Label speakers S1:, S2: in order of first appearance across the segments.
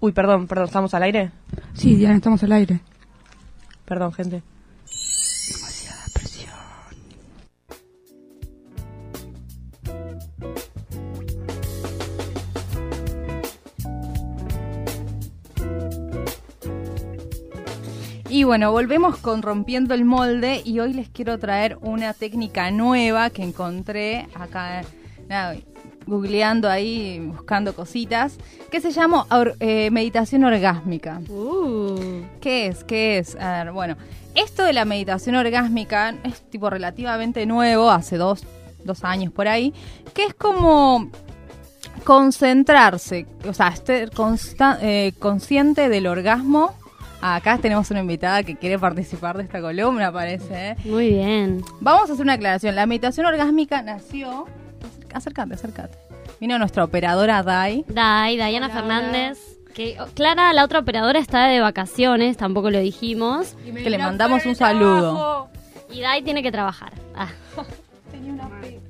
S1: Uy, perdón, perdón, ¿estamos al aire?
S2: Sí, Diana, estamos al aire.
S1: Perdón, gente.
S2: Demasiada presión.
S3: Y bueno, volvemos con Rompiendo el Molde y hoy les quiero traer una técnica nueva que encontré acá, nada, googleando ahí, buscando cositas, que se llama or- eh, meditación orgásmica.
S4: Uh,
S3: ¿Qué es? ¿Qué es? A ver, bueno, esto de la meditación orgásmica es tipo relativamente nuevo, hace dos, dos años por ahí, que es como concentrarse, o sea, estar consta- eh, consciente del orgasmo. Acá tenemos una invitada que quiere participar de esta columna, parece. ¿eh?
S4: Muy bien.
S3: Vamos a hacer una aclaración. La meditación orgásmica nació... acerca- Acércate, acércate. Vino nuestra operadora Dai.
S4: Dai, Dayana
S3: Hola,
S4: Fernández. Que, oh, Clara, la otra operadora, está de vacaciones, tampoco lo dijimos.
S3: Que le mandamos un saludo.
S4: Y Dai tiene que trabajar. Ah.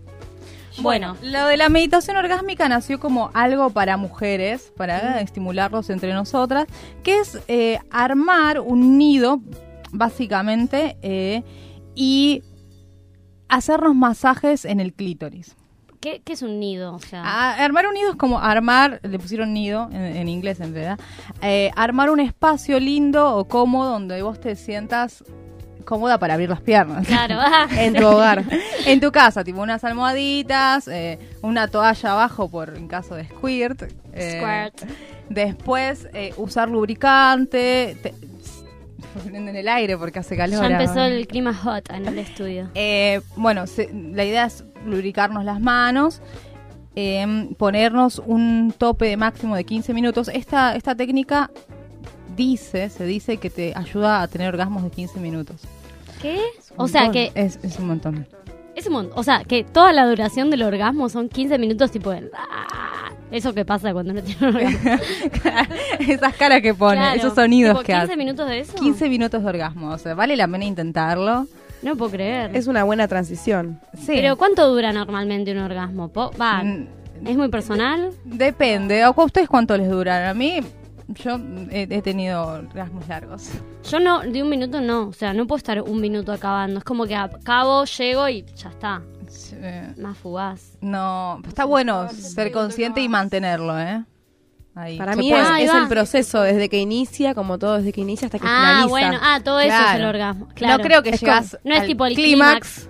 S4: Bueno,
S3: Lo de la meditación orgásmica nació como algo para mujeres, para estimularlos entre nosotras, que es eh, armar un nido, básicamente, eh, y hacernos masajes en el clítoris.
S4: ¿qué, qué es un nido? O sea,
S3: A- armar un nido es como armar, le pusieron nido en, en inglés en realidad, eh, armar un espacio lindo o cómodo donde vos te sientas cómoda para abrir las piernas.
S4: claro. ah.
S3: En tu hogar. en tu casa, tipo unas almohaditas, eh, una toalla abajo por en caso de squirt. eh,
S4: Squirt.
S3: Después eh, usar lubricante. te- en el aire porque hace calor.
S4: Ya empezó
S3: ahora.
S4: el clima hot en el estudio.
S3: Eh, bueno, se- la idea es lubricarnos las manos, eh, ponernos un tope de máximo de 15 minutos. Esta, esta técnica dice, se dice que te ayuda a tener orgasmos de 15 minutos.
S4: ¿Qué?
S3: Es un
S4: O sea,
S3: montón.
S4: que
S3: Es, es un montón.
S4: es un mon- O sea, que toda la duración del orgasmo son 15 minutos tipo de... ah, Eso que pasa cuando no tiene un orgasmo.
S3: Esas caras que pone,
S4: Claro.
S3: esos sonidos
S4: Tipo,
S3: que
S4: 15
S3: hace.
S4: minutos de eso?
S3: 15 minutos de orgasmo, o sea, vale la pena intentarlo.
S4: No puedo creer.
S5: Es una buena transición.
S3: Sí.
S4: Pero ¿cuánto dura normalmente un orgasmo? Po- Va,
S3: Mm,
S4: ¿es muy personal?
S3: depende. ¿A ustedes cuánto les duran? A mí, yo he, he tenido orgasmos largos.
S4: Yo no, de un minuto no. O sea, no puedo estar un minuto acabando. Es como que acabo, llego y ya está.
S3: Eh,
S4: Más fugaz.
S3: No, está bueno ser consciente y mantenerlo, ¿eh? Ahí.
S5: Para
S3: Se
S5: mí
S3: puede-
S5: es,
S4: ahí
S5: es
S4: va.
S5: el proceso, desde que inicia, como todo, desde que inicia hasta que
S4: Ah,
S5: finaliza.
S4: bueno. Ah, todo eso es
S3: Claro.
S4: el orgasmo. Claro.
S3: No creo que
S5: Es
S3: llegas
S4: No es
S3: al
S4: tipo el clímax.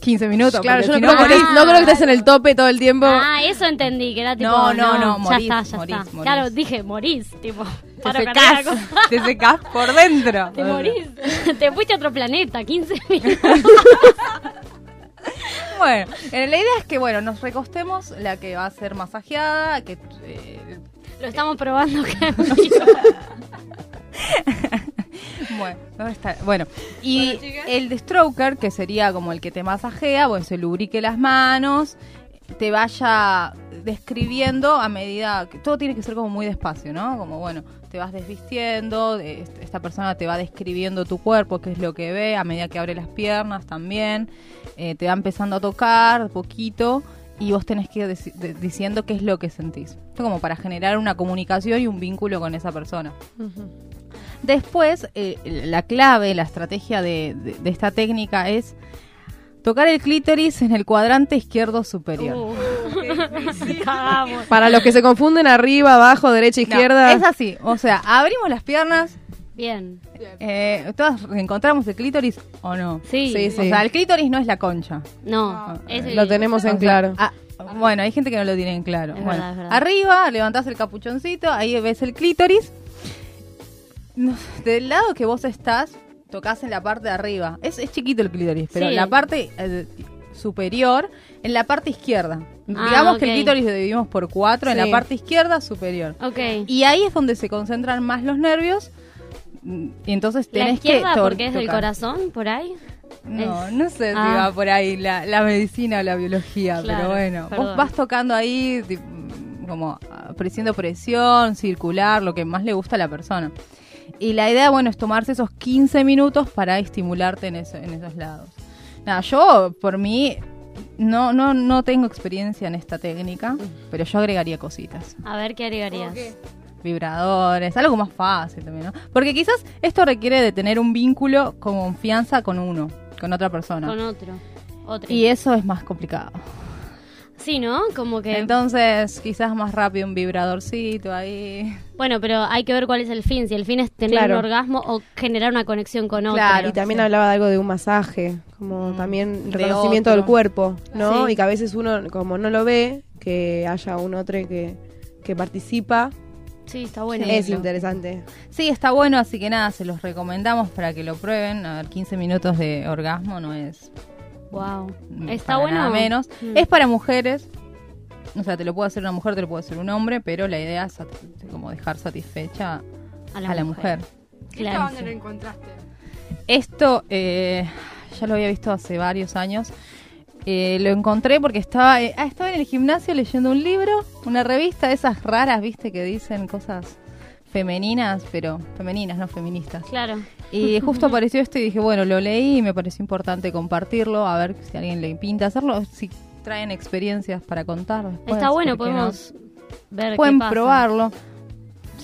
S3: 15 minutos.
S5: Claro,
S3: porque
S5: yo
S3: si
S5: no, creo que,
S4: Ah.
S5: no creo que estés en el tope todo el tiempo.
S4: Ah, eso entendí, que era tipo.
S3: No, no, no,
S4: ya
S3: morís,
S4: está, ya
S3: morís,
S4: está.
S3: morís.
S4: Claro, dije, morís, tipo.
S3: te
S4: para perder la
S3: secás,
S4: cosa.
S3: te secás por dentro.
S4: Te morís. Te fuiste a otro planeta, 15 minutos.
S3: Bueno, eh, la idea es que, bueno, nos recostemos, la que va a ser masajeada, que... eh,
S4: Lo estamos probando. que-
S3: bueno, ¿dónde está? Bueno, y el de stroker, que sería como el que te masajea, bueno, se lubrique las manos, te vaya describiendo a medida que todo tiene que ser como muy despacio, ¿no? Como bueno, te vas desvistiendo, eh, est- esta persona te va describiendo tu cuerpo, qué es lo que ve, a medida que abre las piernas también, eh, te va empezando a tocar poquito y vos tenés que ir deci- de- diciendo qué es lo que sentís. Esto como para generar una comunicación y un vínculo con esa persona. Ah. Después, eh, la clave, la estrategia de, de- de esta técnica es tocar el clítoris en el cuadrante izquierdo superior.
S4: Uh, Cagamos.
S5: Para los que se confunden arriba, abajo, derecha,
S3: No,
S5: izquierda.
S3: es así, o sea, abrimos las piernas,
S4: Bien.
S3: eh, todas encontramos el clítoris o no.
S4: Sí.
S5: Sí,
S3: O sea, el clítoris no es la concha.
S4: No. es el-
S5: Lo tenemos en
S3: O sea,
S5: claro.
S3: ah, bueno, hay gente que no lo tiene en claro.
S4: Es
S3: Bueno,
S4: verdad, es verdad.
S3: Arriba, levantás el capuchoncito, ahí ves el clítoris. No, Del lado que vos estás, tocas en la parte de arriba. Es, es chiquito el clítoris, pero
S4: Sí.
S3: en la parte eh, superior, en la parte izquierda.
S4: Ah,
S3: Digamos que
S4: ok.
S3: el clítoris lo dividimos por cuatro, en
S5: Sí.
S3: la parte izquierda superior.
S4: Ok.
S3: Y ahí es donde se concentran más los nervios. mm, Y entonces
S4: la
S3: tenés que.
S4: izquierda
S3: to-
S4: porque es del
S3: tocar.
S4: corazón, por ahí.
S3: No,
S4: Es-
S3: no sé si
S4: Ah.
S3: va por ahí la, la medicina o la biología,
S4: Claro,
S3: pero bueno,
S4: perdón.
S3: vos vas tocando ahí ti- como ah, presiendo presión, circular, lo que más le gusta a la persona. Y la idea, bueno, es tomarse esos 15 minutos para estimularte en, eso- en esos lados. Nada, yo por mí no, no, no tengo experiencia en esta técnica, pero yo agregaría cositas.
S4: A ver qué agregarías.
S3: vibradores, algo más fácil también, ¿no? Porque quizás esto requiere de tener un vínculo con confianza con uno, con otra persona.
S4: Con otro. Otro.
S3: y eso es más complicado.
S4: Sí, ¿no? Como que.
S3: Entonces, quizás más rápido un vibradorcito ahí.
S4: bueno, pero hay que ver cuál es el fin. Si el fin es tener
S5: Claro.
S4: un orgasmo o generar una conexión con otro.
S3: Claro.
S5: Y también hablaba de algo de un masaje, como
S3: Mm,
S5: también el
S3: de
S5: reconocimiento
S3: otro.
S5: del cuerpo, ¿no?
S4: Sí.
S5: Y que a veces uno, como no lo ve, que haya un otro que, que participa,
S4: Sí, está bueno.
S3: Sí.
S5: es
S3: lo-
S5: interesante.
S3: Sí, está bueno, así que nada, se los recomendamos para que lo prueben. A ver, 15 minutos de orgasmo no es
S4: Wow.
S3: mm,
S4: Está
S3: para
S4: bueno.
S3: nada menos.
S4: Mm.
S3: Es para mujeres. O sea, te lo puede hacer una mujer, te lo puede hacer un hombre, pero la idea es sat- como dejar satisfecha a la, mujer.
S4: Claro.
S2: encontraste?
S3: Esto eh, ya lo había visto hace varios años. Eh, lo encontré porque estaba, eh, ah, estaba en el gimnasio leyendo un libro, una revista de esas raras, viste, que dicen cosas femeninas, pero femeninas, no feministas.
S4: Claro.
S3: Y justo apareció esto y dije, bueno, lo leí y me pareció importante compartirlo, a ver si a alguien le pinta hacerlo, si traen experiencias para contar. después,
S4: está bueno,
S3: ¿por qué no?
S4: podemos ver. qué
S3: Pueden
S4: pasa.
S3: probarlo.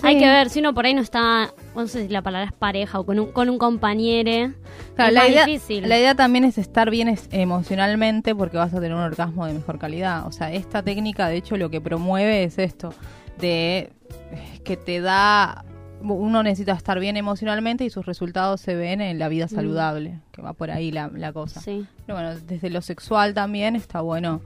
S4: Hay
S3: Sí.
S4: que ver, si uno por ahí no está, no sé si la palabra es pareja o con un, con un compañero.
S3: Claro,
S4: es
S3: la,
S4: más
S3: idea,
S4: difícil.
S3: la idea también es estar bien es- emocionalmente porque vas a tener un orgasmo de mejor calidad. O sea, esta técnica, de hecho, lo que promueve es esto, de eh, que te da... Uno necesita estar bien emocionalmente y sus resultados se ven en la vida saludable, que va por ahí la, la cosa.
S4: Mm. Sí.
S3: Pero bueno, desde lo sexual también está bueno.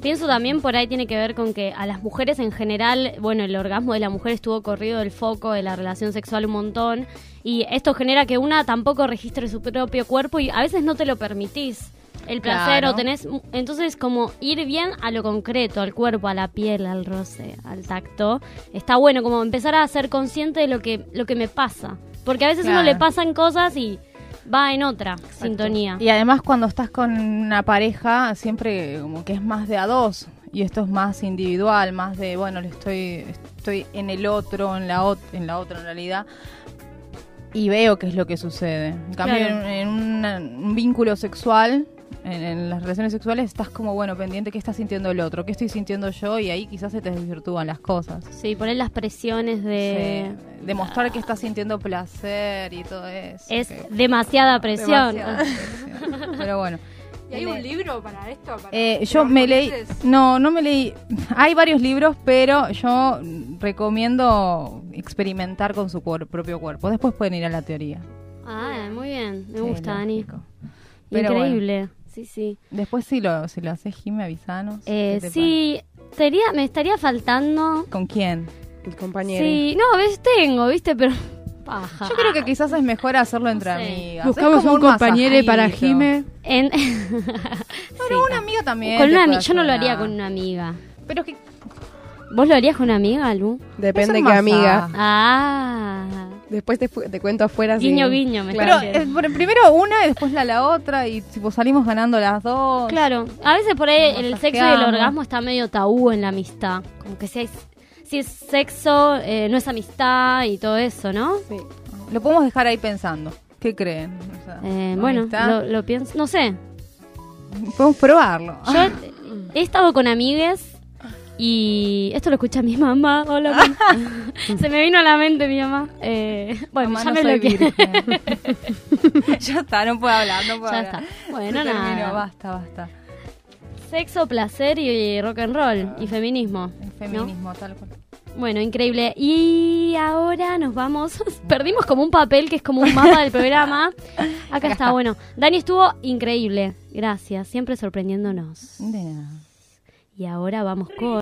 S4: Pienso también por ahí tiene que ver con que a las mujeres en general, bueno, el orgasmo de la mujer estuvo corrido del foco de la relación sexual un montón y esto genera que una tampoco registre su propio cuerpo y a veces no te lo permitís. El placer
S3: Claro.
S4: o tenés... Entonces como ir bien a lo concreto, al cuerpo, a la piel, al roce, al tacto, está bueno como empezar a ser consciente de lo que, lo que me pasa. Porque a veces a uno
S3: Claro.
S4: le pasan cosas y va en otra sintonía.
S3: Y además cuando estás con una pareja siempre como que es más de a dos y esto es más individual, más de bueno, le estoy estoy en el otro, en la ot- en la otra en realidad y veo qué es lo que sucede. En cambio en,
S4: Claro.
S3: en una- un vínculo sexual en, en las relaciones sexuales estás como bueno pendiente qué está sintiendo el otro, qué estoy sintiendo yo y ahí quizás se te desvirtúan las cosas.
S4: Sí, poner las presiones de...
S3: Sí, demostrar que estás sintiendo placer y todo eso.
S4: Es
S3: que-
S4: demasiada presión.
S3: Demasiada presión. Pero bueno.
S2: ¿Y hay un libro para esto? Para
S3: Eh, yo me leí, no, no me leí, hay varios libros, pero yo recomiendo experimentar con su cuer- propio cuerpo. Después pueden ir a la teoría.
S4: Ah, muy bien. Me
S3: Sí,
S4: gusta,
S3: lo
S4: Dani.
S3: explico. Pero
S4: Increíble. Sí, sí.
S3: Después si lo, si lo haces, Jimmy, avisanos.
S4: Eh,
S3: ¿Qué te
S4: sí, sería, me estaría faltando.
S3: parece? ¿Con quién?
S5: El compañero.
S4: Sí, no, ves, tengo, viste, pero. Paja.
S3: Yo creo que quizás es mejor hacerlo entre
S4: Ah. No sé.
S3: amigas. Es
S2: Buscamos
S3: como
S2: un compañero
S3: masajito.
S2: para Jime.
S4: En-
S3: Pero una amiga también.
S4: con
S3: te
S4: una
S3: puede
S4: ami- Yo no lo
S3: hacer
S4: haría
S3: una-
S4: con una amiga.
S3: Pero es que
S4: ¿Vos lo harías con una amiga, Lu?
S5: Depende
S3: Es
S5: qué
S3: hermosa.
S5: amiga.
S4: Ah.
S5: Después te, fu- te cuento afuera. si-
S4: Guiño, guiño, me
S3: Pero
S4: está
S3: eh,
S4: diciendo.
S3: por- primero una y después la la otra y tipo salimos ganando las dos.
S4: Claro, a veces por ahí el
S3: Masajeamos.
S4: sexo y el orgasmo está medio tabú en la amistad. Como que si es, si es sexo, eh, no es amistad y todo eso, ¿no?
S5: Sí.
S3: Lo podemos dejar ahí pensando. ¿Qué creen? O sea,
S4: Eh, bueno,
S3: amistad.
S4: lo, lo pienso, no sé.
S3: podemos probarlo. Ah,
S4: Yo he estado con amigues y esto lo escucha mi mamá. Hola, mamá. Se me vino a la mente mi mamá. Eh, bueno,
S3: Mamá,
S4: ya
S3: no
S4: me
S3: soy
S4: bloqueé.
S3: virgen. ya está, no puedo hablar, no puedo
S4: Ya
S3: hablar.
S4: está. Bueno,
S3: Se
S4: nada.
S3: terminó, basta, basta.
S4: Sexo, placer y rock and roll y feminismo.
S3: El
S4: ¿no?
S3: feminismo, tal cual.
S4: Bueno, increíble. Y ahora nos vamos. Perdimos como un papel que es como un mapa del programa. Acá, está.
S3: está.
S4: bueno. Dani estuvo increíble. Gracias, siempre sorprendiéndonos.
S3: De nada.
S4: Y ahora vamos con...